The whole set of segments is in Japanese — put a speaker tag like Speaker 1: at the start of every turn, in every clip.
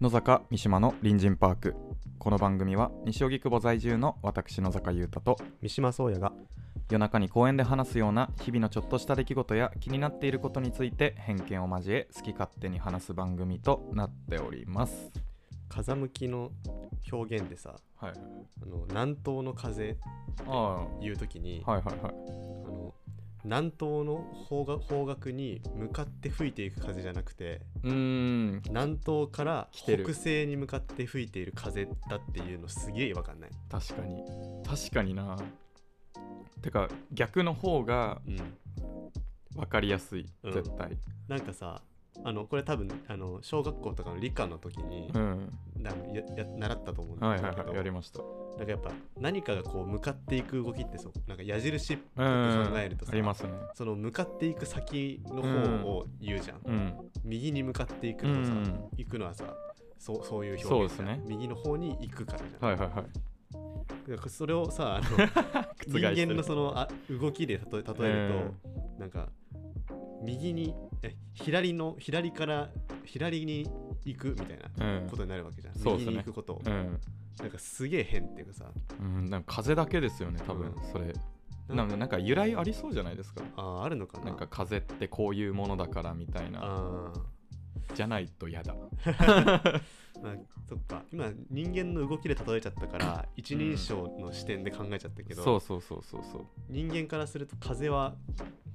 Speaker 1: 野坂三島の隣人パークこの番組は西荻窪在住の私野坂優太と
Speaker 2: 三島宗也が
Speaker 1: 夜中に公園で話すような日々のちょっとした出来事や気になっていることについて偏見を交え好き勝手に話す番組となっております
Speaker 2: 風向きの表現でさ
Speaker 1: はいはい
Speaker 2: あの南東の風
Speaker 1: あ
Speaker 2: 言う時に、
Speaker 1: あはいはいはい
Speaker 2: あの南東の方角方角に向かって吹いていく風じゃなくて
Speaker 1: うーん
Speaker 2: 南東から
Speaker 1: 来てる
Speaker 2: 北西に向かって吹いている風だっていうのすげえわかんない、
Speaker 1: 確かに確かになてか逆の方が
Speaker 2: うん、
Speaker 1: 分かりやすい
Speaker 2: うん
Speaker 1: 絶対
Speaker 2: なんかさあのこれ多分あの小学校とかの理科の時に、
Speaker 1: うん、
Speaker 2: なんかやや習ったと思うんだ
Speaker 1: はい
Speaker 2: けど、
Speaker 1: はいはいやりました
Speaker 2: なんかやっぱ何かがこう向かっていく動きってそうなんか矢印って考えると
Speaker 1: うん
Speaker 2: さ、
Speaker 1: ありますね
Speaker 2: その向かっていく先の方を言うじゃん、
Speaker 1: うん
Speaker 2: 右に向かっていく
Speaker 1: うんう
Speaker 2: のさ、
Speaker 1: ん
Speaker 2: 行くのはさそうそういう
Speaker 1: そう
Speaker 2: 表
Speaker 1: です
Speaker 2: 現じゃん
Speaker 1: ね
Speaker 2: 右の方に行くからじゃん、
Speaker 1: はいはいはい
Speaker 2: だからそれをさあの
Speaker 1: 覆
Speaker 2: 人
Speaker 1: してる
Speaker 2: 間のそのあ動きで例え例えると、なんか右にえ左の左から左に行くみたいな
Speaker 1: うん
Speaker 2: ことになるわけじゃん、
Speaker 1: そうですね
Speaker 2: 右に行くこと、
Speaker 1: うん、
Speaker 2: なんかすげえ変っていうかさ
Speaker 1: うん、なんか風だけですよね多分、
Speaker 2: うん
Speaker 1: それ
Speaker 2: な
Speaker 1: なんかなんか由来ありそうじゃないですか
Speaker 2: あーあるのかな
Speaker 1: なんか風ってこういうものだからみたいな
Speaker 2: あー
Speaker 1: じゃないと嫌だ
Speaker 2: まあ、そっか今人間の動きで例えちゃったから一人称の視点で考えちゃったけど、
Speaker 1: そうそうそうそうそう
Speaker 2: 人間からすると風は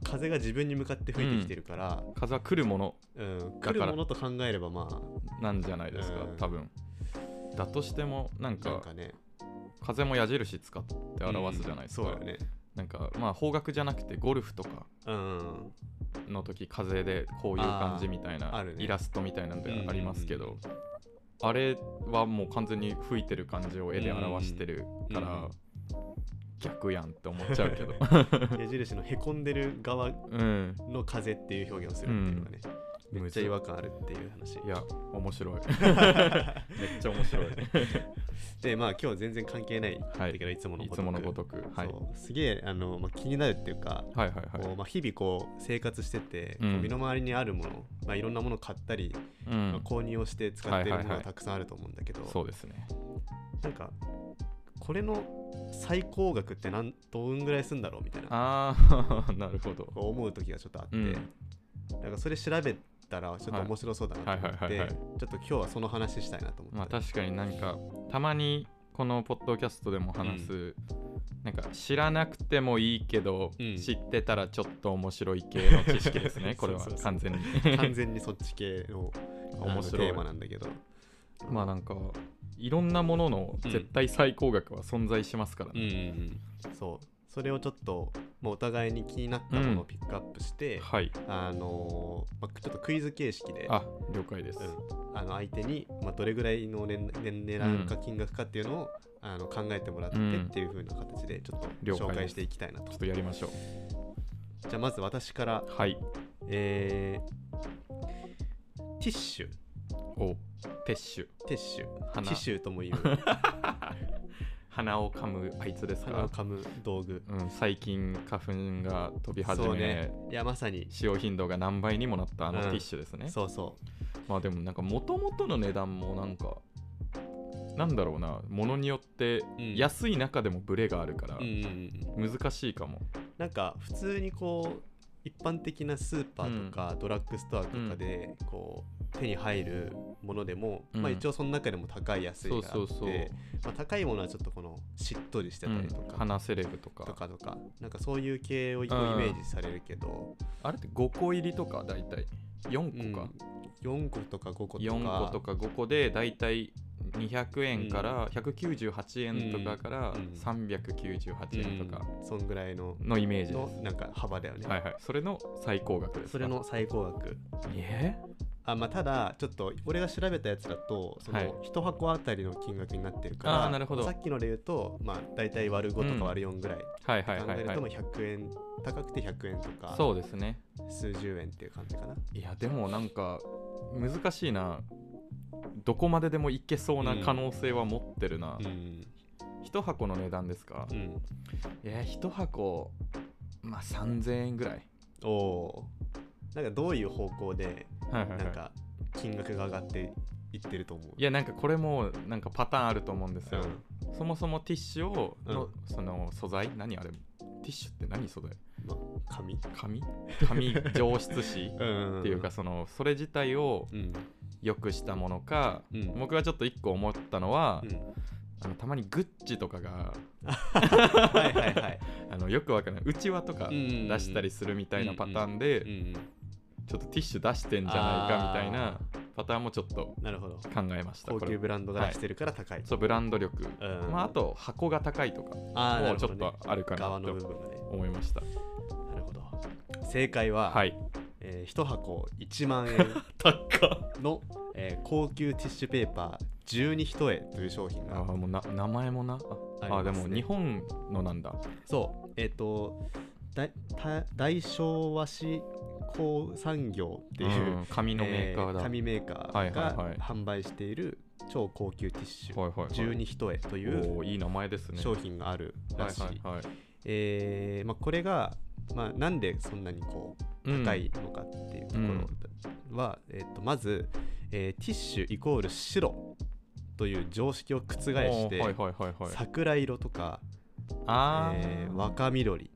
Speaker 2: 風が自分に向かって吹いてきてるから、
Speaker 1: 風は来るもの
Speaker 2: うん
Speaker 1: だから
Speaker 2: 来るものと考えればま
Speaker 1: なんじゃないですか、
Speaker 2: うん
Speaker 1: 多分だとしてもなん
Speaker 2: あな
Speaker 1: か
Speaker 2: んかね
Speaker 1: 風も矢印使って表すじゃないですか、
Speaker 2: うんそうだよね
Speaker 1: なんかまあ方角じゃなくてゴルフとか
Speaker 2: うん
Speaker 1: の時風でこういう感じみたい
Speaker 2: あー
Speaker 1: な
Speaker 2: あるね
Speaker 1: イラストみたいなの
Speaker 2: うんうん
Speaker 1: で
Speaker 2: うん
Speaker 1: ありますけど、あれはもう完全に吹いてる感じを絵で表してるから、
Speaker 2: うんうん
Speaker 1: 逆やんって思っちゃう けど
Speaker 2: 矢印のへこんでる側
Speaker 1: うん
Speaker 2: の風っていう表現をするっていうのがね、
Speaker 1: うん
Speaker 2: めっちゃ違和感あるっていう話
Speaker 1: いや面 白いめっちゃ面白い
Speaker 2: でまあ今日全然関係ないんだけど、、
Speaker 1: はい
Speaker 2: つもの
Speaker 1: い
Speaker 2: ごとく
Speaker 1: つものごとく、はい、
Speaker 2: そうすげえあの、まあ、気になるっていうか
Speaker 1: はいはいはい
Speaker 2: こうまあ、日々こう生活してて、
Speaker 1: うん
Speaker 2: こう身の回りにあるもの、まあ、いろんなものを買ったり、
Speaker 1: う
Speaker 2: まあ
Speaker 1: ん
Speaker 2: 購入をして使っているも
Speaker 1: はいはいは
Speaker 2: のが
Speaker 1: い
Speaker 2: たくさんあると思うんだけど、
Speaker 1: そうですね
Speaker 2: なんかこれの最高額ってなんどんぐらいするんだろうみたいな
Speaker 1: ああ なるほど
Speaker 2: こう思う時がちょっとあって、
Speaker 1: うん
Speaker 2: なんかそれ調べたらちょっと面白そうだなと思っ
Speaker 1: はいはいはい
Speaker 2: て
Speaker 1: はい
Speaker 2: ちょっと今日はその話したいなと思って、
Speaker 1: まあ確かになんかたまにこのポッドキャストでも話す、なんか知らなくてもいいけど、
Speaker 2: うん
Speaker 1: 知ってたらちょっと面白い系の知識です ねこれは
Speaker 2: そうそうそう
Speaker 1: 完全に
Speaker 2: 完全にそっち系のあの
Speaker 1: 面
Speaker 2: テ
Speaker 1: 白い
Speaker 2: ーマなんだけど
Speaker 1: まあなんかいろんなものの絶対最高額は存在しますから
Speaker 2: うん
Speaker 1: ね、
Speaker 2: うんうんそうそれをちょっと、まあ、お互いに気になったものをピックアップして、
Speaker 1: はい
Speaker 2: あのーまあ、ちょっとクイズ形式で
Speaker 1: あ了解です、
Speaker 2: うん、あの相手に、まあ、どれぐらいの年年年齢か金額かっていうのを、あの考えてもらってっ
Speaker 1: うん
Speaker 2: ていう風な形でちょっと
Speaker 1: 了解
Speaker 2: 紹介
Speaker 1: です
Speaker 2: していきたいなと
Speaker 1: ちょっとやりましょう
Speaker 2: じゃあまず私から、
Speaker 1: はい
Speaker 2: えーティッシュ
Speaker 1: おティッシュ
Speaker 2: ティッシュティ
Speaker 1: 花
Speaker 2: ッシュとも言う
Speaker 1: 鼻を噛むあいつです
Speaker 2: 鼻を
Speaker 1: か、
Speaker 2: 噛む道具
Speaker 1: うん、最近花粉が飛び始
Speaker 2: そう
Speaker 1: め、
Speaker 2: ねいやまさに
Speaker 1: 使用頻度が何倍にもなったあの
Speaker 2: う
Speaker 1: テ
Speaker 2: ん
Speaker 1: ィッシュですね、
Speaker 2: そうそ
Speaker 1: まあでもなんか元々の値段もなんかなんだろうなものによって
Speaker 2: うん
Speaker 1: 安い中でもブレがあるから
Speaker 2: う、うんうんうん、
Speaker 1: 難しいかも、
Speaker 2: なんか普通にこう一般的なスーパーとかドラッグストアとかでこう手に入るものでも、
Speaker 1: うん
Speaker 2: まあ一応その中でも高い安いが
Speaker 1: そ
Speaker 2: あ
Speaker 1: う
Speaker 2: って
Speaker 1: そうそう、
Speaker 2: まあ、高いものはちょっとこのしっとりして
Speaker 1: う
Speaker 2: たり
Speaker 1: ん
Speaker 2: とか、
Speaker 1: 花セレブとか
Speaker 2: とかとかなんかそういう系をこうイ
Speaker 1: うん
Speaker 2: メージされるけど、
Speaker 1: あれって5個入りとか大体4個か、
Speaker 2: うん4個とか5個とか
Speaker 1: 4個とか5個で大体200円から198円とかから
Speaker 2: うん
Speaker 1: 398円とか
Speaker 2: うんそんぐらいの
Speaker 1: のイメージです、
Speaker 2: のなんか幅だよね、
Speaker 1: はいはいそれの最高額ですか
Speaker 2: それの最高額
Speaker 1: え
Speaker 2: あ、まあ、ただちょっと俺が調べたやつだとそ
Speaker 1: はい
Speaker 2: の1箱あたりの金額になってるから、
Speaker 1: あーなるほど
Speaker 2: さっきので言うと、まあ、大体割る5とか割る4ぐらい、
Speaker 1: はいはい
Speaker 2: 考
Speaker 1: は
Speaker 2: え
Speaker 1: い
Speaker 2: るとま
Speaker 1: は
Speaker 2: あ
Speaker 1: い
Speaker 2: 100円高くて100円とか
Speaker 1: そうですね
Speaker 2: 数十円っていう感じかない
Speaker 1: やでもなんか難しいなどこまででもいけそうな可能性は持ってるな、
Speaker 2: うん
Speaker 1: 一箱の値段ですか、
Speaker 2: うん
Speaker 1: えー、一箱まあ3000円ぐらい
Speaker 2: おおーなんかどういう方向で
Speaker 1: はいはい
Speaker 2: なんか金額が上がっていってると思う
Speaker 1: いやなんかこれもなんかパターンあると思うんです
Speaker 2: う
Speaker 1: よ、
Speaker 2: ん
Speaker 1: そもそもティッシュをの、
Speaker 2: うん
Speaker 1: その素材何あれティッシュって何素材
Speaker 2: まあ紙
Speaker 1: 紙紙上質 紙
Speaker 2: っ
Speaker 1: っていうかそのそれ自体を
Speaker 2: うん
Speaker 1: 良くしたものか、
Speaker 2: うん
Speaker 1: 僕がちょっと一個思ったのは、
Speaker 2: うん
Speaker 1: あのたまにグッチとかが
Speaker 2: はいはいはい
Speaker 1: あのよくわからないうちわとか
Speaker 2: うんうんうん
Speaker 1: 出したりするみたいなパターンで、
Speaker 2: うんうん
Speaker 1: ちょっとティッシュ出してんじゃないかみたいなパターンもちょっと
Speaker 2: なるほど
Speaker 1: 考えました
Speaker 2: 高
Speaker 1: これ
Speaker 2: 級ブランドが出してるから高い、
Speaker 1: そうブランド力、
Speaker 2: うん
Speaker 1: まあ、あと箱が高いとか
Speaker 2: あーな
Speaker 1: もう
Speaker 2: る
Speaker 1: ち
Speaker 2: ほ
Speaker 1: ょ
Speaker 2: ど
Speaker 1: っ
Speaker 2: ね
Speaker 1: とあるか
Speaker 2: 側
Speaker 1: な
Speaker 2: の
Speaker 1: と
Speaker 2: 部分がね
Speaker 1: 思いました
Speaker 2: なるほど正解は、
Speaker 1: はい
Speaker 2: えー、1箱1万円
Speaker 1: 高っ
Speaker 2: の、えー高級ティッシュペーパー12一重という商品
Speaker 1: あ
Speaker 2: が
Speaker 1: ーもうな名前もなああ
Speaker 2: あり
Speaker 1: で
Speaker 2: ますね
Speaker 1: も日本のなんだ
Speaker 2: そうえっ、とだた大正和紙工産業っていう、
Speaker 1: うん紙のメーカーだ、
Speaker 2: え紙メーカ
Speaker 1: はい
Speaker 2: ー
Speaker 1: はいは
Speaker 2: が
Speaker 1: い
Speaker 2: 販売している超高級ティッシュ
Speaker 1: はいはいはい
Speaker 2: 12一重という
Speaker 1: おーいい名前ですね
Speaker 2: 商品があるらしい、
Speaker 1: はいはいはい
Speaker 2: えーまあ、これが、まあ、なんでそんなにこう
Speaker 1: うん
Speaker 2: 高いのかっていうところは、えっとまず、えーティッシュイコール白という常識を覆して、
Speaker 1: おーはいはいはいはい
Speaker 2: 桜色とか、
Speaker 1: あー
Speaker 2: えー若緑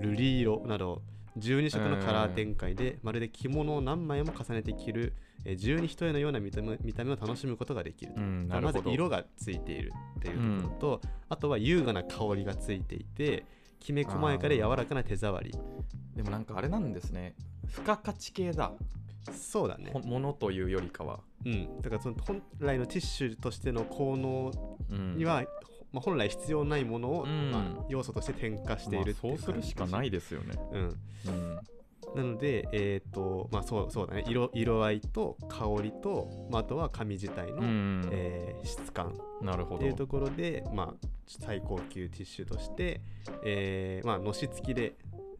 Speaker 2: 瑠璃色など12色のカラー展開で、まるで着物を何枚も重ねて着る、えー、十二一重のような見た目見た目を楽しむことができると
Speaker 1: うんなる
Speaker 2: ま
Speaker 1: ほ
Speaker 2: ず
Speaker 1: ど
Speaker 2: 色がついているっていうところと、あとは優雅な香りがついていてきめ細やかで柔らかな手触り
Speaker 1: でもなんかあれなんですね付加価値系だ
Speaker 2: そうだね
Speaker 1: ほものというよりかは、
Speaker 2: うん、だからその本来のティッシュとしての効能
Speaker 1: うん
Speaker 2: には、ほまあ、本来必要ないものを、
Speaker 1: うん
Speaker 2: まあ、要素として転化しているってい
Speaker 1: まあそうするしかないいですよね、
Speaker 2: う感じ、
Speaker 1: うん、
Speaker 2: うん、なのでえっ、とまあそうそうだね色色合いと香りと、まあ、あとは紙自体の、
Speaker 1: うん
Speaker 2: えー質感
Speaker 1: なるほ
Speaker 2: っていうと
Speaker 1: ど
Speaker 2: ころで、まあ、最高級ティッシュとして、えーまあ、のし付きで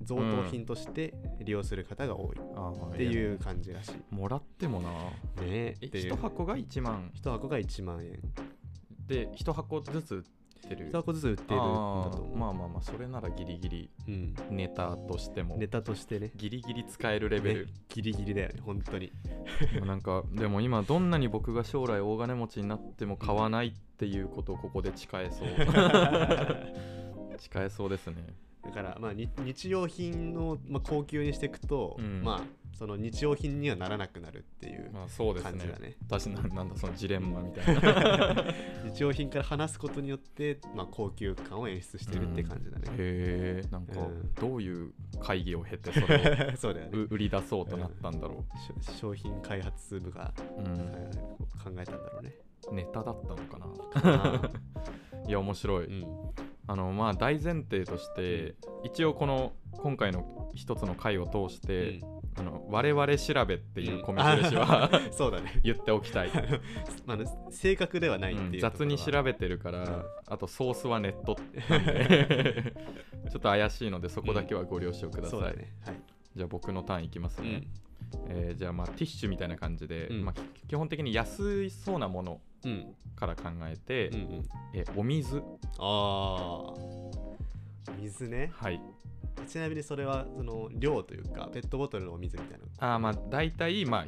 Speaker 2: 贈答品として利用する方が多い
Speaker 1: あー
Speaker 2: って
Speaker 1: や
Speaker 2: いう感じらしい。
Speaker 1: もらってもな
Speaker 2: ねえ
Speaker 1: え
Speaker 2: っていう
Speaker 1: 1箱が1万
Speaker 2: 1箱が1万円
Speaker 1: で1箱ずつ売ってる
Speaker 2: 1箱ずつ売っているんだと
Speaker 1: あ
Speaker 2: 思
Speaker 1: ー
Speaker 2: う、
Speaker 1: まあまあまあそれならギリギリ
Speaker 2: うん、
Speaker 1: ネタとしても
Speaker 2: ネタとしてね
Speaker 1: ギリギリ使えるレベル
Speaker 2: ね、ギリギリだよね本 当に
Speaker 1: でもなんかでも今どんなに僕が将来大金持ちになっても買わないっていうことをここで誓えそう 誓えそうですね
Speaker 2: だからまあに日用品の、まあ、高級にしていくと、
Speaker 1: うん
Speaker 2: まあその日用品にはならなくなるっていう
Speaker 1: まあそうです
Speaker 2: 感じ
Speaker 1: ね
Speaker 2: だね
Speaker 1: 私ななんだそのジレンマみたいなへ
Speaker 2: 日用品から離すことによって、まあ、高級感を演出してるって感じだ ね、
Speaker 1: えんか
Speaker 2: うん
Speaker 1: どういう会議を経てそれ
Speaker 2: そうだよ
Speaker 1: を
Speaker 2: ね
Speaker 1: う売り出そうとなったんだろ
Speaker 2: しょ商品開発部が、
Speaker 1: う、うん、
Speaker 2: えー考えたんだろう ね
Speaker 1: ネタだったのかな
Speaker 2: あー
Speaker 1: いや面白い、
Speaker 2: うん
Speaker 1: あのまあ大前提として一応この今回の一つの回を通して、あの我々調べっていう米印は、
Speaker 2: うんそうだ ね、
Speaker 1: 言っておきたい、
Speaker 2: まあね、正確ではないっていううんところ
Speaker 1: 雑
Speaker 2: は、
Speaker 1: に調べてるから、
Speaker 2: うん
Speaker 1: あとソースはネットなん でちょっと怪しいのでそこだけはご了承ください、
Speaker 2: そうだねはい、
Speaker 1: じゃあ僕のターンいきますね、えーじゃあまあティッシュみたいな感じで、
Speaker 2: うん
Speaker 1: まあ、き基本的に安いそうなもの
Speaker 2: うんうん
Speaker 1: から考えて、
Speaker 2: うんうん
Speaker 1: えお水
Speaker 2: ああ水ね
Speaker 1: はい
Speaker 2: ちなみにそれはその量というかペットボトルのお水みたいな
Speaker 1: あーまあ大体まあ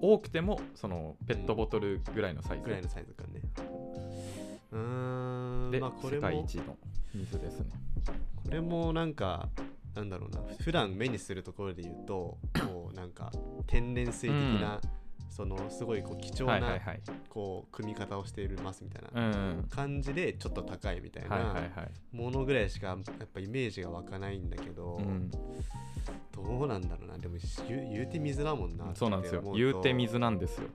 Speaker 1: 多くてもそのペットボトルぐらいのサイズ、
Speaker 2: ぐらいのサイズ感ねうーん
Speaker 1: で、
Speaker 2: まあこれ
Speaker 1: 世界
Speaker 2: も
Speaker 1: 一の水ですね
Speaker 2: これもなんかなんだろうな普段目にするところで言うとこうなんか天然水的な、そのすごいこう貴重
Speaker 1: はいはい
Speaker 2: な
Speaker 1: はい
Speaker 2: こう組み方をしていますみたい
Speaker 1: うん
Speaker 2: な
Speaker 1: うん
Speaker 2: 感じでちょっと高いみたい
Speaker 1: はいはいは
Speaker 2: ないものぐらいしかやっぱイメージが湧かないんだけど、
Speaker 1: うん
Speaker 2: どうなんだろうなでも言う言うて水だもんなって
Speaker 1: そうなんですよ
Speaker 2: 思と
Speaker 1: 言うて水なんですよ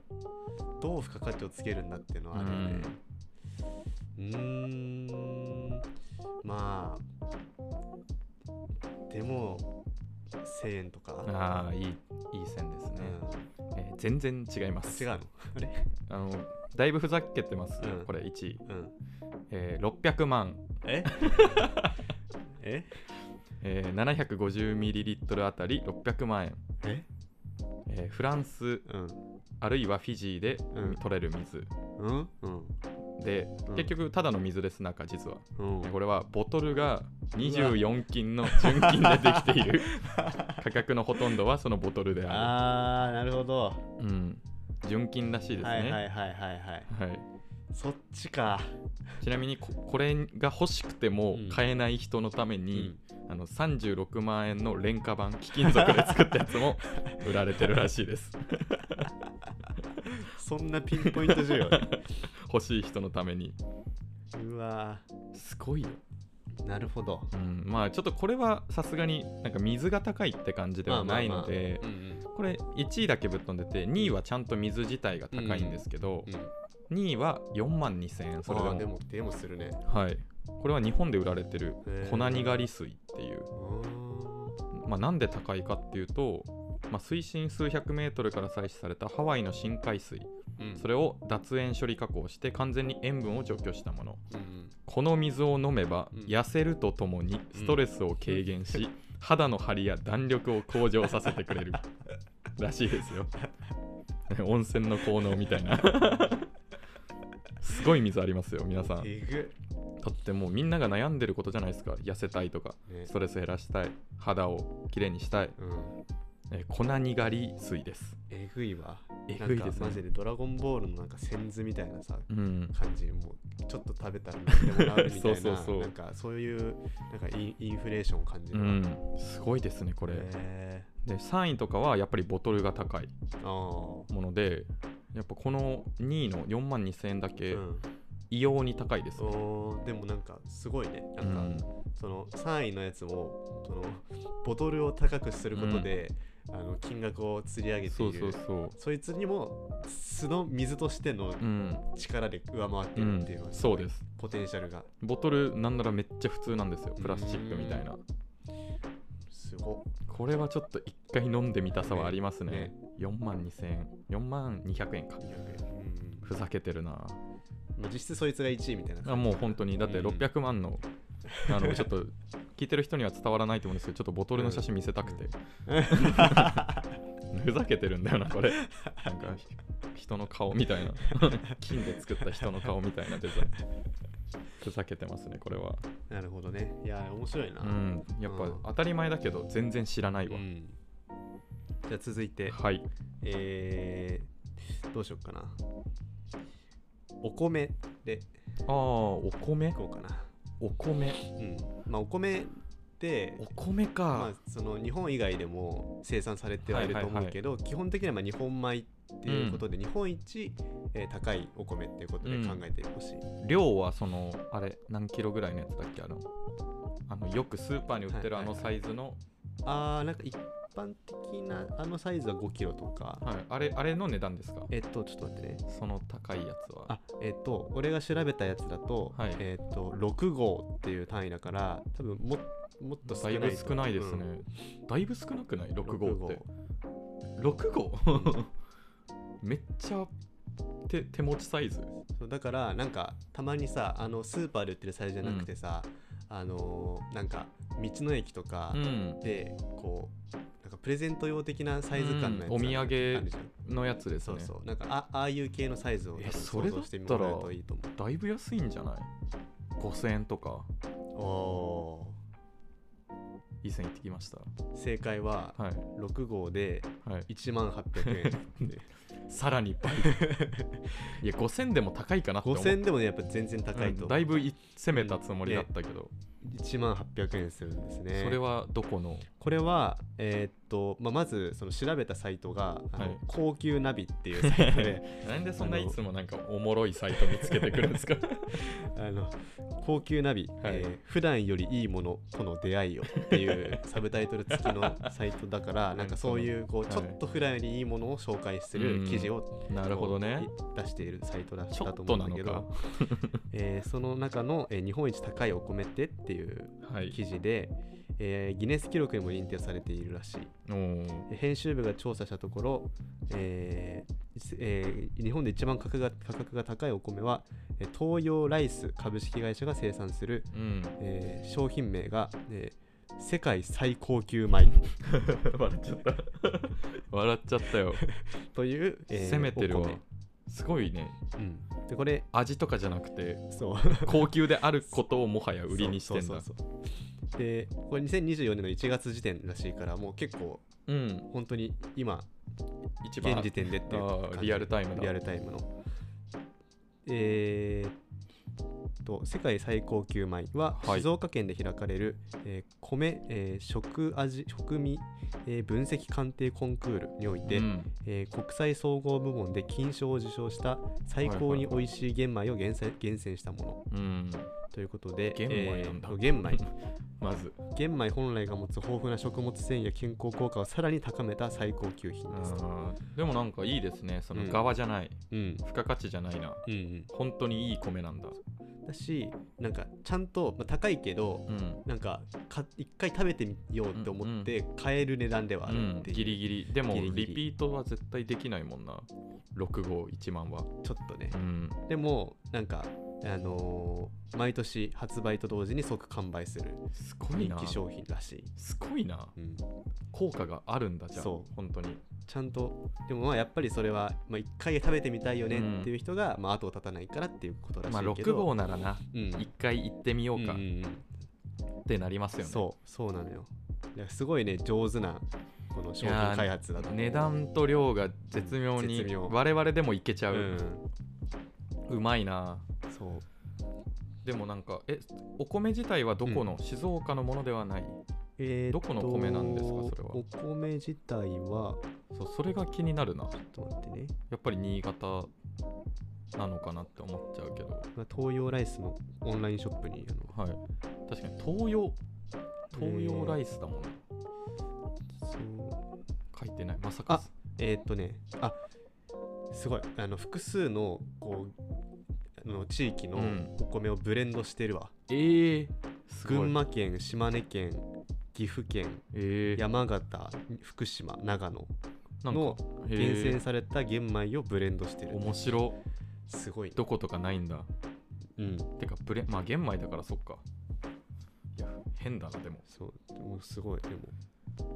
Speaker 2: どう付加価値をつけるんだっていうのはあるよねうーんまあでも1000円とか
Speaker 1: ああいいいい線です
Speaker 2: う
Speaker 1: ね、
Speaker 2: ん
Speaker 1: えー全然違いま
Speaker 2: あ
Speaker 1: す
Speaker 2: 違うのあれ
Speaker 1: あのだいぶふざけてます、
Speaker 2: うん
Speaker 1: これ1位、
Speaker 2: うん
Speaker 1: えー、600万、
Speaker 2: ええ
Speaker 1: えー、750ml あたり600万円、
Speaker 2: え
Speaker 1: えーフランス
Speaker 2: うん
Speaker 1: あるいはフィジーで
Speaker 2: うん
Speaker 1: 取れる水、
Speaker 2: うんうん
Speaker 1: で
Speaker 2: うん
Speaker 1: 結局ただの水です中実は
Speaker 2: うん
Speaker 1: これはボトルが24金の純金でできてい る価格のほとんどはそのボトルである
Speaker 2: あーなるほど
Speaker 1: うん、純金らしいですね、
Speaker 2: はいはいはいはいはい
Speaker 1: はい
Speaker 2: そっちか、
Speaker 1: ちなみにここれが欲しくても買えない人のために、あの36万円の廉価版貴金属で作ったやつも売られてるらしいです
Speaker 2: そんなピンポイント需要 ね
Speaker 1: 欲しい人のために
Speaker 2: うわ
Speaker 1: すごいよ、
Speaker 2: ーなるほど
Speaker 1: うん、まあちょっとこれはさすがになんか水が高いって感じではないので、
Speaker 2: まあまあま
Speaker 1: これ1位だけぶっ飛んでて2位はちゃんと水自体が高いんですけど、
Speaker 2: あうんうんうん
Speaker 1: 2位は4万2000円それで
Speaker 2: あ
Speaker 1: も
Speaker 2: ーでもでもするね
Speaker 1: はいこれは日本で売られてる
Speaker 2: へー
Speaker 1: 粉にがり水っていう
Speaker 2: うーん
Speaker 1: まあ、なんで高いかっていうと、まあ、水深数百メートルから採取されたハワイの深海水
Speaker 2: うん
Speaker 1: それを脱塩処理加工して完全に塩分を除去したもの
Speaker 2: うん
Speaker 1: この水を飲めば
Speaker 2: うん
Speaker 1: 痩せるとともにストレスを軽減し、肌の張りや弾力を向上させてく れるらしいですよ 温泉の効能みたいなすごい水ありますよ皆さんだ
Speaker 2: えぐ
Speaker 1: ってもうみんなが悩んでることじゃないですか痩せたいとか
Speaker 2: っね
Speaker 1: ストレス減らしたい肌をきれいにしたい
Speaker 2: うん
Speaker 1: えー粉にがり水です。
Speaker 2: えぐいわ
Speaker 1: えぐい
Speaker 2: なん
Speaker 1: で
Speaker 2: か
Speaker 1: す
Speaker 2: マジ
Speaker 1: ね。
Speaker 2: でドラゴンボールのなんか仙豆みたいなさ
Speaker 1: うん、
Speaker 2: 感じもうちょっと食べたら何でもなるみたい な
Speaker 1: そうそうそう
Speaker 2: なんかそういうなんかインインフレーションを感じ
Speaker 1: う
Speaker 2: るわ、
Speaker 1: ん、すごいですね、これ。
Speaker 2: え
Speaker 1: で、3位とかはやっぱりボトルが高い
Speaker 2: ー、あ
Speaker 1: もので、やっぱこの2位の4万2000円だ
Speaker 2: あ、
Speaker 1: け
Speaker 2: うん、
Speaker 1: 異様に高いですね。
Speaker 2: おーでもなんかすごいねな
Speaker 1: うん
Speaker 2: か、
Speaker 1: ん、
Speaker 2: その3位のやつをそのボトルを高くすることで、あの金額を釣り上げて
Speaker 1: そ
Speaker 2: いうる
Speaker 1: そうそう。
Speaker 2: そいつにも素の水としての
Speaker 1: うん、
Speaker 2: 力で上回って
Speaker 1: う
Speaker 2: るっ
Speaker 1: ん
Speaker 2: ていうの、はす
Speaker 1: そ
Speaker 2: ご
Speaker 1: う
Speaker 2: い
Speaker 1: です。
Speaker 2: ポテンシャルが
Speaker 1: ボトルなんならめっちゃ普通なんですよ、プラスチックみたいな。
Speaker 2: すご
Speaker 1: これはちょっと一回飲んでみたさはありますね。4万2000円、4万200円か
Speaker 2: い。うん
Speaker 1: ふざけてるな。
Speaker 2: まあ実質そいつが1位みたいな
Speaker 1: あもう本当にだって
Speaker 2: うん
Speaker 1: 600万の、あのちょっと聞いてる人には伝わらないと思うんですけどちょっとボトルの写真見せたくて、ふざけてるんだよなこれなんかひ人の顔み たいな金で作った人の顔みたいなデザインふざけてますねこれは
Speaker 2: なるほどねいや面白いな、
Speaker 1: うんやっぱ
Speaker 2: うん
Speaker 1: 当たり前だけど全然知らないうわ、
Speaker 2: んじゃあ続いて
Speaker 1: はい
Speaker 2: えー、どうしよっかなお米で
Speaker 1: ああお米
Speaker 2: いこうかな
Speaker 1: お米
Speaker 2: うんまあお米って
Speaker 1: お米か、
Speaker 2: まあ、その日本以外でも生産されてはいると思うけど、基本的にはまあ日本米っていうことで、日本一、えー高いお米っていうことで考えてほしい、
Speaker 1: 量はそのあれ何キロぐらいのやつだっけあのあのよくスーパーに売ってるあ
Speaker 2: はいは
Speaker 1: の
Speaker 2: いはい
Speaker 1: サイズの、
Speaker 2: あーなんか一般的なあのサイズは5キロとか、
Speaker 1: はい、あれあれの値段ですか
Speaker 2: えっとちょっと待ってね
Speaker 1: その高いやつは。
Speaker 2: あえっと俺が調べたやつだと、
Speaker 1: はい
Speaker 2: えっと6号っていう単位だから多分ももっと少
Speaker 1: だ
Speaker 2: ない
Speaker 1: い
Speaker 2: と
Speaker 1: ぶ少ないですね。
Speaker 2: うん
Speaker 1: だいぶ少なくない ?6
Speaker 2: 6
Speaker 1: 号って
Speaker 2: 号。
Speaker 1: 6号
Speaker 2: う
Speaker 1: めっちゃ手手持ちサイズ。
Speaker 2: そうだからなんかたまにさあのスーパーで売ってるサイズじゃなくてさ、あのーなんか道の駅とか
Speaker 1: うん。
Speaker 2: で、こうなんかプレゼント用的なサイズ感のやつ
Speaker 1: うんお土産
Speaker 2: あるじゃん
Speaker 1: のやつです
Speaker 2: そ
Speaker 1: ね。
Speaker 2: うそうなんかあああいう系のサイズを多
Speaker 1: え
Speaker 2: 分
Speaker 1: そ
Speaker 2: 想
Speaker 1: れだ
Speaker 2: 像
Speaker 1: っ
Speaker 2: してみ
Speaker 1: た
Speaker 2: る
Speaker 1: ら
Speaker 2: といいと思
Speaker 1: だいぶ安いんじゃない ?5000 円とか。
Speaker 2: うお
Speaker 1: 以前行ってきました。
Speaker 2: ー正解は
Speaker 1: はい。
Speaker 2: 6号で
Speaker 1: はい、
Speaker 2: 1万800 円
Speaker 1: さらに 倍。いや、5000でも高いかなって思う。
Speaker 2: 5000でもねやっぱ全然高い
Speaker 1: うん
Speaker 2: と思う、
Speaker 1: だいぶい攻めたつもりだったけど、
Speaker 2: 1万800円するんですね
Speaker 1: それはどこの
Speaker 2: これは、えーっとまあ、まずその調べたサイトが、あの
Speaker 1: はい
Speaker 2: 高級ナビっていうサイ トで
Speaker 1: なんでそんないつもなんかおもろいサイト見つけてくるんですか
Speaker 2: あの高級ナビ、えー普段よりいいものとの出会いをっていうサブタイトル付きのサイトだから なんかそういうこう
Speaker 1: はい
Speaker 2: ちょっと普段よりいいものを紹介する記事を
Speaker 1: なるほどね。
Speaker 2: 出しているサイトだ
Speaker 1: ちょ
Speaker 2: だ
Speaker 1: っ
Speaker 2: と思
Speaker 1: と
Speaker 2: う
Speaker 1: なんの
Speaker 2: だけ
Speaker 1: か
Speaker 2: ど。、 えーその中の、えー日本一高いお米って」っていう
Speaker 1: はい。
Speaker 2: 記事で、えーギネス記録にも認定されているらしい。
Speaker 1: おー
Speaker 2: 編集部が調査したところ、えーせえー日本で一番価格が価格が高いお米はえー東洋ライス株式会社が生産する、
Speaker 1: うん。
Speaker 2: えー商品名が、えー世界最高級 米
Speaker 1: 笑っちゃった。笑っちゃったよ。
Speaker 2: という、えー
Speaker 1: 攻めてる
Speaker 2: お
Speaker 1: わ
Speaker 2: 米。
Speaker 1: すごいね。
Speaker 2: うんでこれ
Speaker 1: 味とかじゃなくて、
Speaker 2: そう
Speaker 1: 高級であることをもはや売りにしてん
Speaker 2: そ
Speaker 1: だ
Speaker 2: う。そうそうそうでこれ2024年の1月時点らしいからもう結構
Speaker 1: うん。
Speaker 2: 本当に今
Speaker 1: 一番
Speaker 2: 現時点でっていう
Speaker 1: あ
Speaker 2: 感
Speaker 1: ー
Speaker 2: じ
Speaker 1: リアルタイムだ
Speaker 2: リアルタイムのえーっと世界最高級米は
Speaker 1: はい
Speaker 2: 静岡県で開かれる、えー米、えー食味食味、えー分析鑑定コンクールにおいて、
Speaker 1: うん
Speaker 2: えー国際総合部門で金賞を受賞した最高に美味しい玄米を厳選厳選したも
Speaker 1: う
Speaker 2: の
Speaker 1: ん、
Speaker 2: ということで
Speaker 1: 玄米なんだ
Speaker 2: えー玄米
Speaker 1: まず
Speaker 2: 玄米本来が持つ豊富な食物繊維や健康効果をさらに高めた最高級品ですと
Speaker 1: あーでもなんかいいですねそうの
Speaker 2: ん
Speaker 1: 側じゃない、
Speaker 2: うん
Speaker 1: 付加価値じゃないな
Speaker 2: うんうん
Speaker 1: 本当にいい米なんだ
Speaker 2: だしなんかちゃんと、まあ、高いけど
Speaker 1: うん、
Speaker 2: なんかか一回食べてみようって思って買える値段ではあ
Speaker 1: う
Speaker 2: るっ
Speaker 1: ん、
Speaker 2: ていう、
Speaker 1: ギリギリでも
Speaker 2: ギリギリ
Speaker 1: リピートは絶対できないもんな651万は
Speaker 2: ちょっとね
Speaker 1: うん
Speaker 2: でもなんかあのー毎年発売と同時に即完売する
Speaker 1: すごい
Speaker 2: 人
Speaker 1: な
Speaker 2: 気商品らしい、
Speaker 1: すごいな
Speaker 2: うん
Speaker 1: 効果があるんだじゃあ
Speaker 2: そう
Speaker 1: 本当に
Speaker 2: ちゃんとでもまあやっぱりそれは、まあ、1回食べてみたいよねっていう人が、まあ、後を絶たないからっていうことらし
Speaker 1: まあ
Speaker 2: いけ
Speaker 1: 6
Speaker 2: ど、
Speaker 1: 号ならな
Speaker 2: うん
Speaker 1: 一回行ってみようか
Speaker 2: うん
Speaker 1: っ
Speaker 2: うんうん
Speaker 1: てなりますよね、
Speaker 2: そうそうなのよだからすごいね上手なこの商
Speaker 1: いや
Speaker 2: 品
Speaker 1: ー
Speaker 2: 開発だと思う
Speaker 1: 値段と量が絶妙に
Speaker 2: 絶妙
Speaker 1: 我々でもいけちゃ
Speaker 2: う
Speaker 1: う、
Speaker 2: ん
Speaker 1: うまいな
Speaker 2: そう
Speaker 1: でもなんかえお米自体はどこの、静岡のものではない
Speaker 2: えーっと
Speaker 1: どこの米なんですかそれは
Speaker 2: お米自体は
Speaker 1: そうそれが気になるな
Speaker 2: ちょっと待ってね、
Speaker 1: やっぱり新潟なのかなって思っちゃうけど
Speaker 2: まあ、東洋ライスのオンラインショップにあの
Speaker 1: はい確かに東洋東洋ライスだもんね、
Speaker 2: そう
Speaker 1: 書いてないまさか
Speaker 2: えーっとねあすごいあの複数のこうあの地域の
Speaker 1: うん
Speaker 2: お米をブレンドしてるわ、
Speaker 1: ええすごい
Speaker 2: 群馬県島根県岐阜県
Speaker 1: ええ
Speaker 2: 山形福島長野
Speaker 1: なんか
Speaker 2: の
Speaker 1: へ
Speaker 2: 厳
Speaker 1: え
Speaker 2: 選された玄米をブレンドしてる
Speaker 1: 面白
Speaker 2: すごいね
Speaker 1: どことかないんだ
Speaker 2: うん
Speaker 1: てかブレまあ玄米だからそっかいや変だなでも
Speaker 2: そうでもすごいでも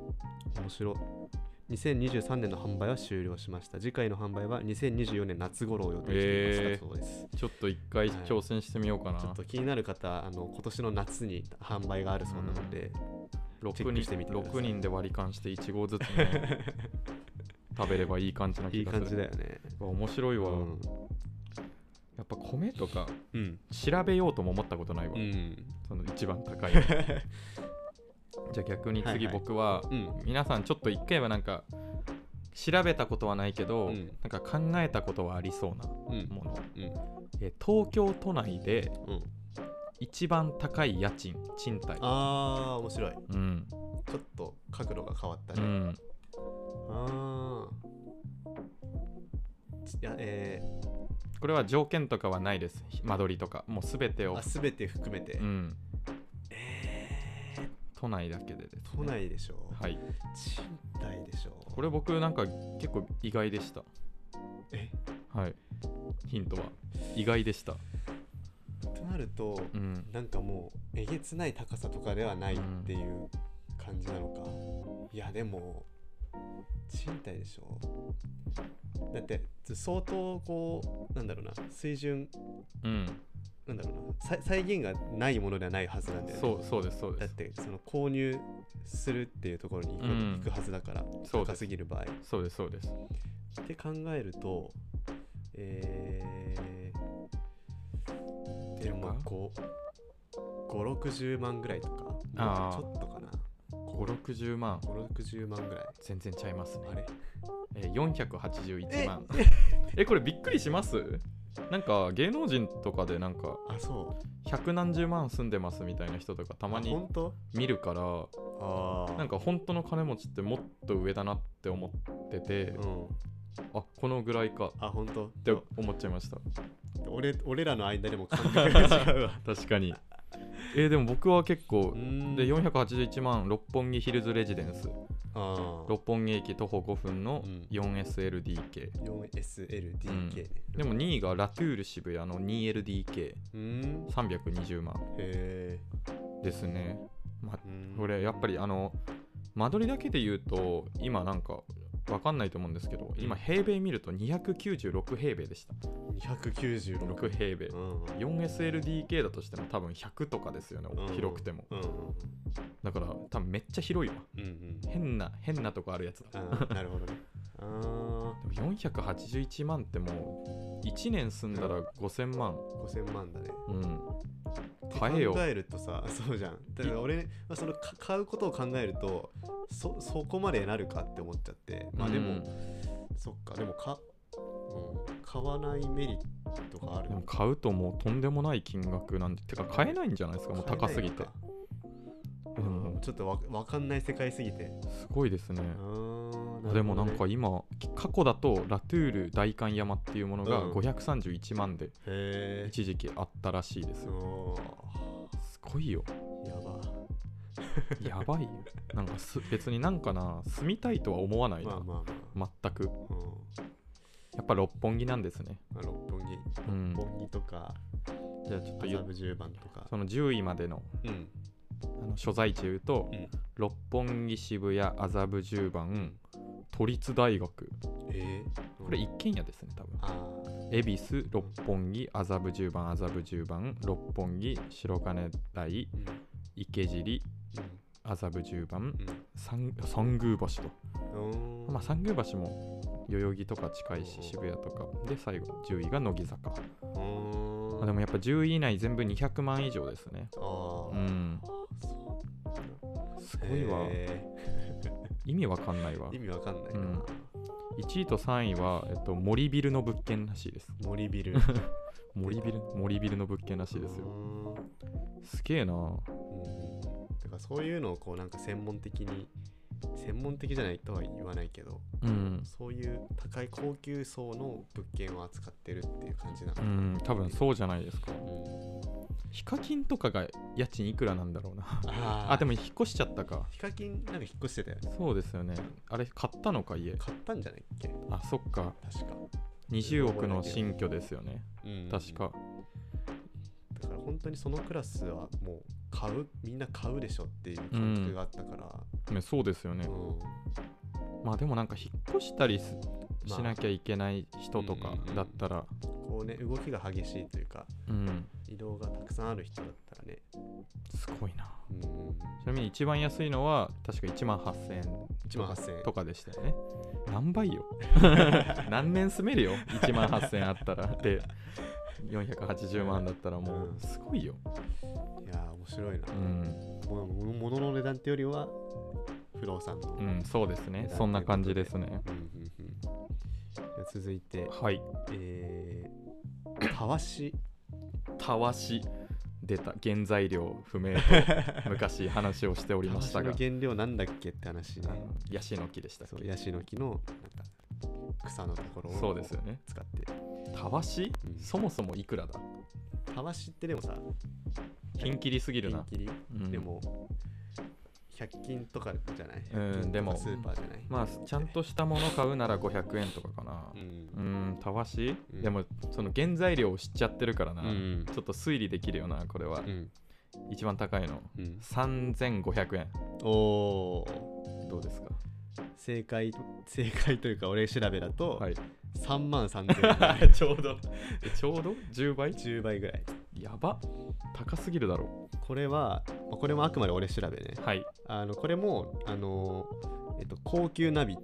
Speaker 2: 面白い2023年の販売は終了しました次回の販売は2024年夏頃を予定していま
Speaker 1: へ
Speaker 2: す
Speaker 1: ー
Speaker 2: だそうです、
Speaker 1: ちょっと一回
Speaker 2: はい
Speaker 1: 挑戦してみようかな、
Speaker 2: ちょっと気になる方あの今年の夏に販売があるそうなので、チェ
Speaker 1: 6
Speaker 2: ックしてみ
Speaker 1: 人
Speaker 2: てください
Speaker 1: 六人で割り勘して1合ずつね 食べればいい感じない気
Speaker 2: い
Speaker 1: がする
Speaker 2: 感じだよね
Speaker 1: わ面白いうわ、
Speaker 2: ん
Speaker 1: やっぱ米とか
Speaker 2: うん、
Speaker 1: 調べようとも思ったことないわ、
Speaker 2: うん、
Speaker 1: その一番 高いのじゃあ逆に
Speaker 2: はい
Speaker 1: 次
Speaker 2: はい
Speaker 1: 僕は、
Speaker 2: うん
Speaker 1: 皆さんちょっと一回はなんか調べたことはないけど、
Speaker 2: うん
Speaker 1: なんか考えたことはありそうな
Speaker 2: うん
Speaker 1: もの、
Speaker 2: うん
Speaker 1: えー東京都内で
Speaker 2: うん
Speaker 1: 一番高い家賃賃貸
Speaker 2: あー面白い
Speaker 1: うん、
Speaker 2: ちょっと角度が変わった
Speaker 1: う
Speaker 2: ね、
Speaker 1: ん、
Speaker 2: ああいやえ
Speaker 1: これは条件とかはないです間取りとかもう全て
Speaker 2: ー、
Speaker 1: を
Speaker 2: あ全て含めて、
Speaker 1: うん、
Speaker 2: えー、
Speaker 1: 都内だけでです、ね、
Speaker 2: 都内でしょ、
Speaker 1: はい
Speaker 2: 賃貸でしょ
Speaker 1: これ僕なんか結構意外でした
Speaker 2: え
Speaker 1: はいヒントは意外でした
Speaker 2: となると、
Speaker 1: うん
Speaker 2: なんかもうえげつない高さとかではないっていう感じなのか、いやでも賃貸でしょだって相当こうなんだろうな水準
Speaker 1: うん
Speaker 2: なんだろうなさ再現がないものではないはずなんだよね
Speaker 1: そうそうですそう
Speaker 2: だ
Speaker 1: で
Speaker 2: っ
Speaker 1: す
Speaker 2: てその購入するっていうところに行く,、
Speaker 1: うん
Speaker 2: はずだから
Speaker 1: そうです
Speaker 2: 高すぎる場合
Speaker 1: そうですそうです
Speaker 2: って考えるとえー、でもこう560万ぐらいとか
Speaker 1: あー
Speaker 2: ちょっとかな
Speaker 1: 560万
Speaker 2: 560万ぐらい
Speaker 1: 全然ちゃいますね
Speaker 2: あれ
Speaker 1: えー481万えこれびっくりしますなんか芸能人とかでなんか
Speaker 2: あそ
Speaker 1: 百何十万住んでますみたいな人とかた
Speaker 2: う
Speaker 1: ま
Speaker 2: あ
Speaker 1: に
Speaker 2: 本当
Speaker 1: 見るから
Speaker 2: ああ
Speaker 1: なん
Speaker 2: か
Speaker 1: か本当の金持ちってもっと上だなって思ってて
Speaker 2: うん
Speaker 1: あこのぐらいかっ
Speaker 2: あ本当
Speaker 1: て思っちゃいました
Speaker 2: 俺俺らの間でも感覚が違う わ
Speaker 1: 確かにえーでも僕は結構
Speaker 2: うーん
Speaker 1: で481万六本木ヒルズレジデンス
Speaker 2: あー
Speaker 1: 六本木駅徒歩5分の
Speaker 2: うん
Speaker 1: 4SLDK、
Speaker 2: 4SLDK ね、
Speaker 1: でも2位がラトゥール渋谷の 2LDK320
Speaker 2: うーん
Speaker 1: 万
Speaker 2: へえ
Speaker 1: ですねまあ
Speaker 2: うん
Speaker 1: これやっぱりあの間取りだけで言うと今なんかわかんないと思うんですけど今
Speaker 2: うん
Speaker 1: 平米見ると296平米でした
Speaker 2: 296
Speaker 1: 6平米
Speaker 2: うん、
Speaker 1: 4SLDK だとしても多分100とかですよね
Speaker 2: うん
Speaker 1: 広くても
Speaker 2: うん
Speaker 1: だから多分めっちゃ広いわ
Speaker 2: うんうん
Speaker 1: 変な変なとこあるやつだ
Speaker 2: あーなるほどねあー
Speaker 1: 481万ってもう1年住んだら5000万
Speaker 2: 5000万だね
Speaker 1: うん買えよ
Speaker 2: って考えるとさ そうじゃんだから俺、まあ、そのか買うことを考えるとそそこまでなるかって思っちゃってまあでも、
Speaker 1: うん
Speaker 2: そっかでもか、うん、買わないメリットがある
Speaker 1: でも買うともうとんでもない金額なんでてか買えないんじゃないですかもう高すぎて
Speaker 2: 買
Speaker 1: う
Speaker 2: えないのかうん
Speaker 1: ん
Speaker 2: ちょっとわわかんない世界すぎて
Speaker 1: すごいですね
Speaker 2: うー
Speaker 1: でもなんか今過去だとラトゥール大観山っていうものが
Speaker 2: うん
Speaker 1: 531万で
Speaker 2: へえ
Speaker 1: 一時期あったらしいですよすごいよ
Speaker 2: やば
Speaker 1: やばいよなんかす別になんかな住みたいとは思わない
Speaker 2: まあ
Speaker 1: な
Speaker 2: まあま
Speaker 1: 全く
Speaker 2: あ、うん
Speaker 1: やっぱ六本木なんですね
Speaker 2: まあ、六本
Speaker 1: う
Speaker 2: 木
Speaker 1: ん
Speaker 2: 六本木とか
Speaker 1: じゃあちょっと
Speaker 2: 麻
Speaker 1: ゆ
Speaker 2: 布十番とか
Speaker 1: その10位までの
Speaker 2: うん
Speaker 1: あの所在地言うと、
Speaker 2: うん
Speaker 1: 六本木渋谷麻布十番都立大学
Speaker 2: えー、
Speaker 1: これ一軒家ですね多分
Speaker 2: あ
Speaker 1: 恵比寿六本木麻布十番麻布十番六本木白金台
Speaker 2: ーうん
Speaker 1: 池尻麻布十番
Speaker 2: う
Speaker 1: 三三宮橋と、
Speaker 2: んうん
Speaker 1: まあ、三宮橋も代々木とか近い
Speaker 2: おうお
Speaker 1: し
Speaker 2: う
Speaker 1: 渋谷とかで最後10位が乃木坂、ま
Speaker 2: うーん
Speaker 1: あ、でもやっぱ10位以内全部200万以上ですね
Speaker 2: あー
Speaker 1: うん
Speaker 2: そ
Speaker 1: す
Speaker 2: う
Speaker 1: ごいわ
Speaker 2: へ
Speaker 1: 意味わかんないわ
Speaker 2: ー意味わかんないな、
Speaker 1: うん1位と3位は、えっと、森ビルの物件らしいです
Speaker 2: 森ビ ル
Speaker 1: 森ビル森ビルの物件らしいですよ
Speaker 2: よ
Speaker 1: すげえな
Speaker 2: うん、だからそういうのをこうなんか専門的に専門的じゃないとは言わないけど
Speaker 1: うん
Speaker 2: そういう高い高級層の物件を扱ってるっていう感じな
Speaker 1: う
Speaker 2: の、
Speaker 1: ん多分そうじゃないですか
Speaker 2: うん
Speaker 1: ヒカキンとかが家賃いくらなんだろうな
Speaker 2: あ
Speaker 1: あで
Speaker 2: も
Speaker 1: も引っ越しちゃったか
Speaker 2: ヒカキンなんか引っ越してたよね
Speaker 1: そうですよねあれ買ったのか家
Speaker 2: 買ったんじゃないっけ
Speaker 1: あそっか
Speaker 2: 確か、
Speaker 1: 20億の新居ですよね
Speaker 2: うん
Speaker 1: 確か
Speaker 2: だから本当にそのクラスはもう買うみんな買うでしょっていう感覚があったから、
Speaker 1: ねそうですよね
Speaker 2: うん
Speaker 1: まあでもなんか引っ越したりす
Speaker 2: まあ
Speaker 1: しなきゃいけない人とか
Speaker 2: うんうんうん
Speaker 1: だったら
Speaker 2: こうね動きが激しいというか
Speaker 1: うん
Speaker 2: 移動がたくさんある人だったらね、
Speaker 1: すごいな
Speaker 2: うん、
Speaker 1: ちなみに一番安いのは確か1万8000円
Speaker 2: 1万8000円
Speaker 1: とかでしたよね。何倍 よ何年住めるよ ?1 万8000円あった ら。で、480万だったらもうすごいよ。
Speaker 2: いやー面白いな、
Speaker 1: うん、
Speaker 2: もも物の値段ってよりは不動産の、
Speaker 1: うん、そうですね。そんな感じですね。
Speaker 2: うんうんうんじゃあ続いて、
Speaker 1: はい。
Speaker 2: えー、たわした
Speaker 1: わし、出た。原材料不 明と昔話をしており
Speaker 2: たわ
Speaker 1: まし
Speaker 2: したの
Speaker 1: が、
Speaker 2: 原料なんだっけって話ね
Speaker 1: あのヤシの木でしたっ
Speaker 2: そう
Speaker 1: け
Speaker 2: ヤシの木のなんか草のところを
Speaker 1: そうですよね。
Speaker 2: 使って
Speaker 1: たわし、
Speaker 2: うん
Speaker 1: そもそもいくらだ
Speaker 2: たわしってでもさ
Speaker 1: ピンキリすぎる
Speaker 2: ピン
Speaker 1: な。
Speaker 2: キリ、
Speaker 1: うん
Speaker 2: でも100均とかじゃない
Speaker 1: うん
Speaker 2: 100均とか
Speaker 1: でも
Speaker 2: スーパーじゃない
Speaker 1: まあ、ちゃんとしたもの買うなら500円とかかな
Speaker 2: う。
Speaker 1: うんん、たわし、
Speaker 2: うん
Speaker 1: でもその原材料を知っちゃってるからな、
Speaker 2: うん
Speaker 1: ちょっと推理できるよなこれは、
Speaker 2: うん
Speaker 1: 一番高いの
Speaker 2: うん
Speaker 1: 3500円
Speaker 2: おー
Speaker 1: どうですか
Speaker 2: 正解正解というか俺調べだと、
Speaker 1: はい
Speaker 2: 3万3000 円
Speaker 1: ちょうどえちょうど10倍
Speaker 2: 10倍ぐらい
Speaker 1: やば高すぎるだろ
Speaker 2: これはまあこれもあくまで俺調べね
Speaker 1: うはい
Speaker 2: あのこれもあのーえっと高級ナビ
Speaker 1: 好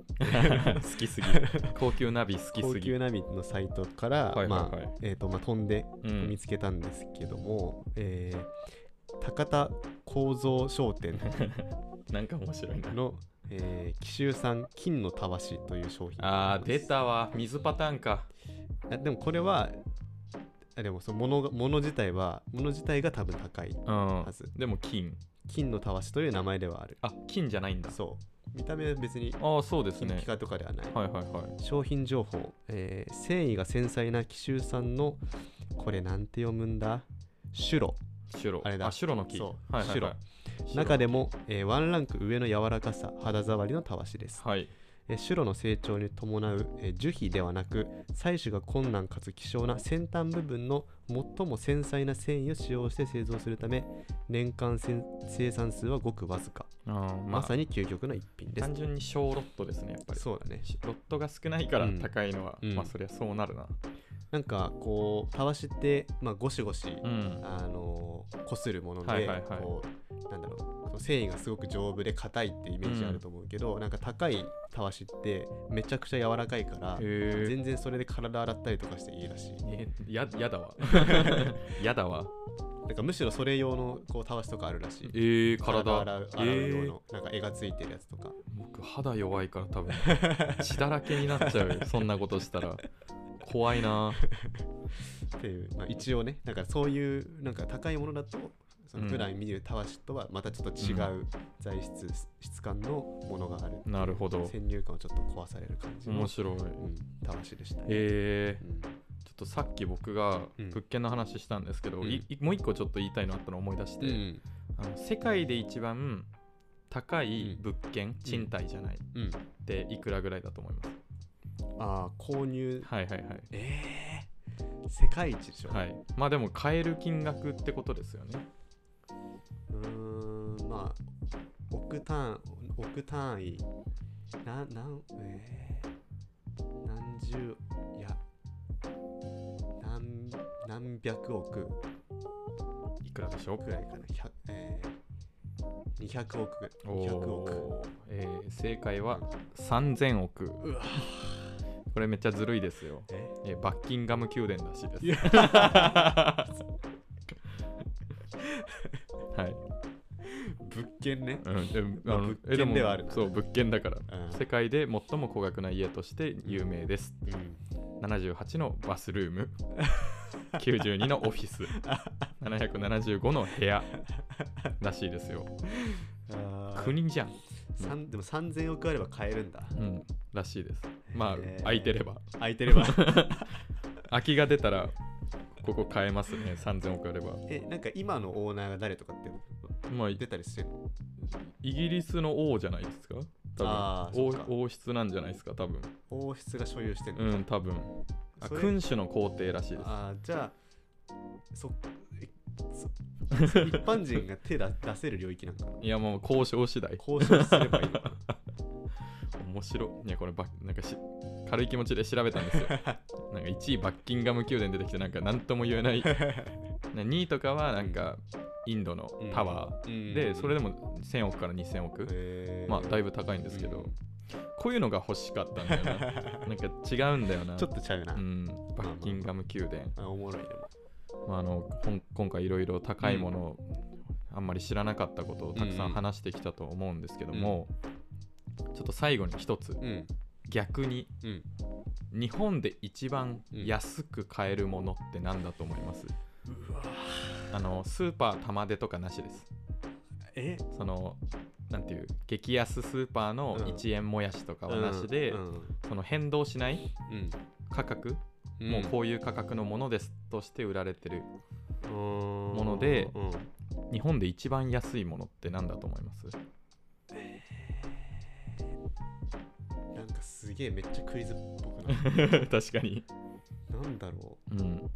Speaker 1: きすぎる高級ナビ好き
Speaker 2: 高
Speaker 1: すぎ
Speaker 2: 級
Speaker 1: る
Speaker 2: ナビのサイトから
Speaker 1: はいはい
Speaker 2: ま
Speaker 1: はい
Speaker 2: あえっとまあ飛んで
Speaker 1: うん
Speaker 2: 見つけたんですけども、えー高田構造商店
Speaker 1: なんか面白いな
Speaker 2: の、えー、紀州産金のたわしという商品
Speaker 1: あー出たわ水パターンか
Speaker 2: あでもこれはあでもその物が物自体は物自体が多分高い
Speaker 1: うん
Speaker 2: はず
Speaker 1: でも金
Speaker 2: 金のたわしという名前ではある
Speaker 1: あ金じゃないんだ
Speaker 2: そう見た目は別に
Speaker 1: ああそうです
Speaker 2: 金
Speaker 1: ね
Speaker 2: ピカとかではない、
Speaker 1: はいはいはい
Speaker 2: 商品情報、えー繊維が繊細な紀州産のこれなんて読むんだシュロ
Speaker 1: 白
Speaker 2: あれだ
Speaker 1: 白の木
Speaker 2: そう
Speaker 1: はいはい、はい、白
Speaker 2: 中でも、えーワンランク上の柔らかさ肌触りのたわしです、
Speaker 1: はい
Speaker 2: えーシュロの成長に伴う、えー樹皮ではなく採取が困難かつ希少な先端部分の最も繊細な繊維を使用して製造するため年間せん生産数はごくわずか
Speaker 1: あーま
Speaker 2: ま
Speaker 1: あ
Speaker 2: さに究極の一品です
Speaker 1: 単純に小ロットですねやっぱり
Speaker 2: そうだね
Speaker 1: ロットが少ないから
Speaker 2: うん
Speaker 1: 高いのは、
Speaker 2: うん
Speaker 1: まあそりゃそうなるな
Speaker 2: なんかこうたわしって、まあ、ゴシゴシ、
Speaker 1: うん
Speaker 2: あのーこするもので、
Speaker 1: はいはいはい
Speaker 2: こうなんだろうその繊維がすごく丈夫で硬いってイメージあると思うけど、なんか高いたわしってめちゃくちゃ柔らかいから
Speaker 1: へー
Speaker 2: 全然それで体洗ったりとかしていいらしい
Speaker 1: えやや だわやだわ
Speaker 2: なんかむしろそれ用のこうたわしとかあるらしい
Speaker 1: えー、体
Speaker 2: 洗う
Speaker 1: え
Speaker 2: 洗う用
Speaker 1: ー
Speaker 2: の、なんか絵がついてるやつとか
Speaker 1: 僕肌弱いから多分血だらけになっちゃうよ そんなことしたら怖いな
Speaker 2: っていう、まあ、一応ねだからそういうなんか高いものだとその
Speaker 1: うん
Speaker 2: 普段見るたわしとはまたちょっと違う材質、質感のものがある
Speaker 1: なるほど
Speaker 2: 先入観をちょっと壊される感じの
Speaker 1: 面、白い
Speaker 2: うん、たわしでしたね、
Speaker 1: えー、
Speaker 2: うん
Speaker 1: ちょっとさっき僕が
Speaker 2: うん
Speaker 1: 物件の話したんですけど、
Speaker 2: うん
Speaker 1: いいもう一個ちょっと言いたいのあったの思い出して、
Speaker 2: うん
Speaker 1: あの世界で一番高い物件、賃貸じゃない
Speaker 2: うん、
Speaker 1: っていくらぐらいだと思います、
Speaker 2: ああ購入
Speaker 1: はいはいはい
Speaker 2: えー、世界一でしょ、
Speaker 1: はいまあでも買える金額ってことですよね
Speaker 2: うーんまあ億単億単位ななんえー、何十いや何何百億
Speaker 1: いくらでしょう
Speaker 2: くらいかな100、えー、200億ぐらい200億
Speaker 1: おーえー正解は3000億
Speaker 2: うわ
Speaker 1: これめっちゃずるいですよ
Speaker 2: え
Speaker 1: えーバッキンガム宮殿らしいです
Speaker 2: いや
Speaker 1: はい、
Speaker 2: 物件ね
Speaker 1: うん、でも
Speaker 2: まあ
Speaker 1: あの
Speaker 2: 物
Speaker 1: えも
Speaker 2: 件ではあるな
Speaker 1: そう物件だから、
Speaker 2: うん
Speaker 1: 世界で最も高額な家として有名です
Speaker 2: うん
Speaker 1: 78のバスルー ム92のオフィス775の部屋らしいですよ
Speaker 2: あー
Speaker 1: 国じゃん、
Speaker 2: さんでも3000億あれば買えるんだ
Speaker 1: うん、らしいですまあ
Speaker 2: へー
Speaker 1: 空いてれば
Speaker 2: 空いてれば
Speaker 1: 空きが出たらここ買えますね3000億あれば
Speaker 2: えなんか今のオーナーが誰とかって
Speaker 1: まあ
Speaker 2: 出たりしてるの
Speaker 1: イギリスの王じゃないですか
Speaker 2: あ
Speaker 1: 多
Speaker 2: ー
Speaker 1: 分
Speaker 2: そっか
Speaker 1: 王王室なんじゃないですか多分
Speaker 2: 王室が所有してるの、
Speaker 1: うん多分あ
Speaker 2: それ
Speaker 1: 君主の皇帝らしいです
Speaker 2: あーじゃあそえそ 一般人が手だ出せる領域なんかない
Speaker 1: やもう交渉次第
Speaker 2: 交渉 すればいいのか
Speaker 1: 面白いいやこればなんかし軽い気持ちで調べたん ですよなんか1位バッキンガム宮殿出てきてなんか何とも言え ない2位とかはなんかインドの
Speaker 2: な
Speaker 1: タワー、
Speaker 2: ー
Speaker 1: でそれで
Speaker 2: も、
Speaker 1: も1000億から2000億、
Speaker 2: へー
Speaker 1: まあだい ぶ高いんですけど、
Speaker 2: うん
Speaker 1: こういうのが欲しかったんだ よななんか違うんだよな
Speaker 2: ちょっとちゃうな、
Speaker 1: うん、バッキンガム宮殿、
Speaker 2: あおもろいね
Speaker 1: まあ、あのほん今回いろいろ高いものを、あんまり知らなかったことをたくさ
Speaker 2: うん
Speaker 1: ん
Speaker 2: うん
Speaker 1: 話してきたと思うんですけども、ちょっと最後に一つ
Speaker 2: うん
Speaker 1: 逆に
Speaker 2: うん
Speaker 1: 日本で一番安く買えるものって何だと思います、
Speaker 2: うわ
Speaker 1: あのスーパー玉出とかなしです
Speaker 2: え
Speaker 1: そのなんていう激安スーパーの
Speaker 2: うん
Speaker 1: 1円もやしとかはなしで、
Speaker 2: うん
Speaker 1: その変動しない
Speaker 2: うん
Speaker 1: 価格、
Speaker 2: うん
Speaker 1: もうこういう価格のものですとして売られてる
Speaker 2: うも
Speaker 1: もので
Speaker 2: うん、
Speaker 1: 日本で一番安いものって何だと思い ます
Speaker 2: なんかすげえめっちゃクイズっぽく な
Speaker 1: 確かに、
Speaker 2: なんだろ
Speaker 1: うん
Speaker 2: う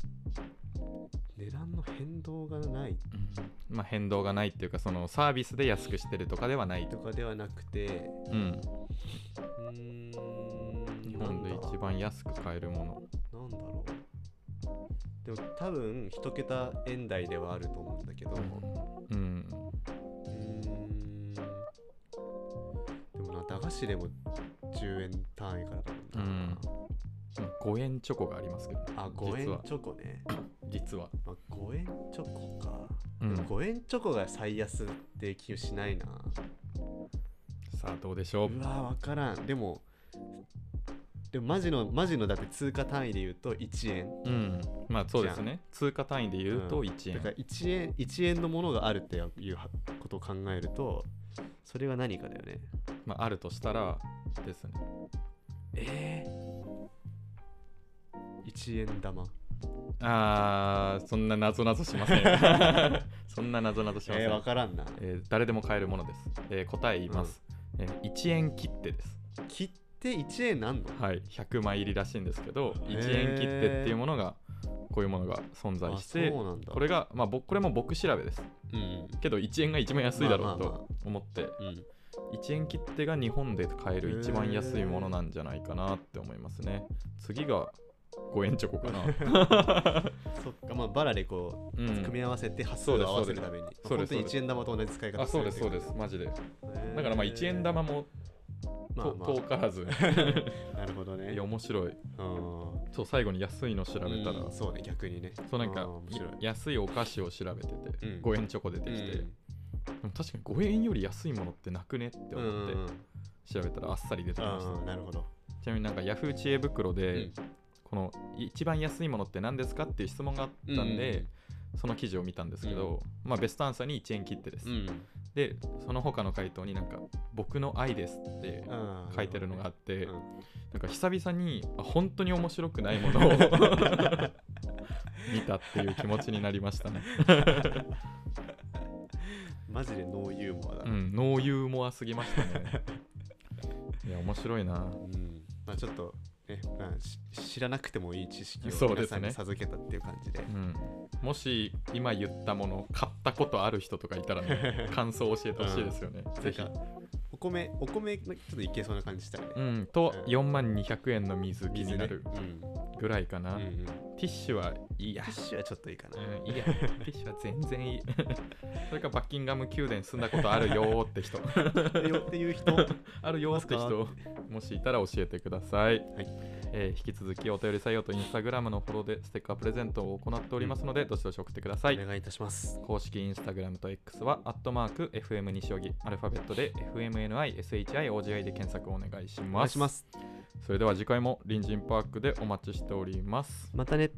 Speaker 2: 値段の変動がない
Speaker 1: まあ、変動がないっていうかそのサービスで安くしてるとかではない
Speaker 2: と
Speaker 1: と、
Speaker 2: かではなくて
Speaker 1: うん、
Speaker 2: うーん
Speaker 1: 日本で一番安く買えるもの
Speaker 2: なんだろうでも多分一桁円台ではあると思うんだけどう
Speaker 1: うん、
Speaker 2: ーんでもな駄菓子でも10円単位からだもんな、
Speaker 1: 5円チョコがありますけど
Speaker 2: あ5
Speaker 1: 実
Speaker 2: 円
Speaker 1: は
Speaker 2: チョコね、
Speaker 1: 実は、
Speaker 2: まあ、5円チョコか、
Speaker 1: うん
Speaker 2: でも5円チョコが最安って気しないな
Speaker 1: さあどうでしょう
Speaker 2: うわ分からんでもでもマジのマジのだって通貨単位で言うと1円
Speaker 1: うんまあそうですね通貨単位で言うと
Speaker 2: ん
Speaker 1: 1円、
Speaker 2: だから1円1円のものがあるっていうことを考えるとそれは何かだよね
Speaker 1: まあ、あるとしたらですね
Speaker 2: ええ1円玉
Speaker 1: あーそんななぞなぞしません そんななぞなぞしません、
Speaker 2: え
Speaker 1: え
Speaker 2: ー、分からんな
Speaker 1: ー誰でも買えるものです、えー答え言います、えー1円切手です
Speaker 2: 切って1円なんの
Speaker 1: はい、100枚入りらしいんですけど、
Speaker 2: へー
Speaker 1: 1円切手っていうものがこういうものが存在
Speaker 2: あ
Speaker 1: して
Speaker 2: そうなんだ
Speaker 1: これが、まあ、僕これも僕調べです
Speaker 2: うん
Speaker 1: けど1円が一番安いだろう
Speaker 2: まあまあま
Speaker 1: と思って
Speaker 2: うん
Speaker 1: 1円切手が日本で買える一番安いものなんじゃないかなって思いますね次が5円チョコ かな
Speaker 2: そっかまあバラでこ
Speaker 1: う
Speaker 2: う、組み
Speaker 1: ん
Speaker 2: 合わせて発想を合わせるために
Speaker 1: そうで
Speaker 2: 本
Speaker 1: すそ
Speaker 2: 当
Speaker 1: うです
Speaker 2: に1円玉と同じ使い方
Speaker 1: あそうですそうですすマジでだ
Speaker 2: るっていうことね
Speaker 1: からまあ1円玉も
Speaker 2: ま
Speaker 1: と
Speaker 2: あま
Speaker 1: 遠から ず
Speaker 2: あなるほどね
Speaker 1: いや面白い
Speaker 2: うん
Speaker 1: そう最後に安いの調べたら
Speaker 2: うんそうね逆にね
Speaker 1: そうなん
Speaker 2: あー
Speaker 1: か
Speaker 2: 面白い
Speaker 1: い安いお菓子を調べてて、
Speaker 2: うん
Speaker 1: 5円チョコ出てきて、
Speaker 2: う
Speaker 1: で
Speaker 2: ん
Speaker 1: も確かに5円より安いものってなくねって
Speaker 2: うん
Speaker 1: 思っ
Speaker 2: う
Speaker 1: て
Speaker 2: んうん
Speaker 1: 調べたらあっさり出てきました、
Speaker 2: うんなるほど、
Speaker 1: ちなみになんかヤフー知恵袋
Speaker 2: う
Speaker 1: で、
Speaker 2: ん
Speaker 1: この一番安いものって何ですかっていう質問があったんで、その記事を見たんですけど、まあベストアンサーに1円切ってです、
Speaker 2: うんうん
Speaker 1: でその他の回答になんか「僕の愛です」って
Speaker 2: うん
Speaker 1: 書いてるのがあって、
Speaker 2: うん
Speaker 1: なんか久々にあ本当に面白くないものを 見たっていう気持ちになりましたね、
Speaker 2: マジでノーユーモアだ
Speaker 1: う
Speaker 2: な、
Speaker 1: ん、ノーユーモアすぎましたねいや面白いな
Speaker 2: うんまあ、ちょっと、ねまあ、し知らなくてもいい知識
Speaker 1: そ
Speaker 2: を
Speaker 1: うで
Speaker 2: 皆
Speaker 1: す
Speaker 2: さ
Speaker 1: ね
Speaker 2: んに授けたっていう感じで
Speaker 1: うん、もし今言ったもの買ったことある人とかいたらね感想を教えてほしいですよね、ぜひ
Speaker 2: なんかお米お米ちょっといけそうな感じしたね、
Speaker 1: うんと
Speaker 2: うん
Speaker 1: 4万200円の水気になる
Speaker 2: 水ね
Speaker 1: ぐらいか
Speaker 2: うん
Speaker 1: な、
Speaker 2: うんうん、テ
Speaker 1: ティッシュはいいや
Speaker 2: ィッシュはちょっといいかな、
Speaker 1: うんいいや、 ティッシュは全然 いい。それかバッキンガム宮殿住んだことあるよーって人、
Speaker 2: よっていう人
Speaker 1: あるよーって
Speaker 2: あり
Speaker 1: 人、もしいたら教えてください。
Speaker 2: はい
Speaker 1: えー引き続きお便り採用とインスタグラムのフォローでステッカープレゼントを行っておりますので、どしどし送ってください
Speaker 2: お。願いいたします
Speaker 1: 公式インスタグラムと X は、アットマーク、FM 西将棋、アルファベットで、FMNI、SHI、OGI で検索お願いし
Speaker 2: お願
Speaker 1: ま
Speaker 2: い
Speaker 1: す。
Speaker 2: します
Speaker 1: それでは次回も、隣人パークでお待ちしております。
Speaker 2: またね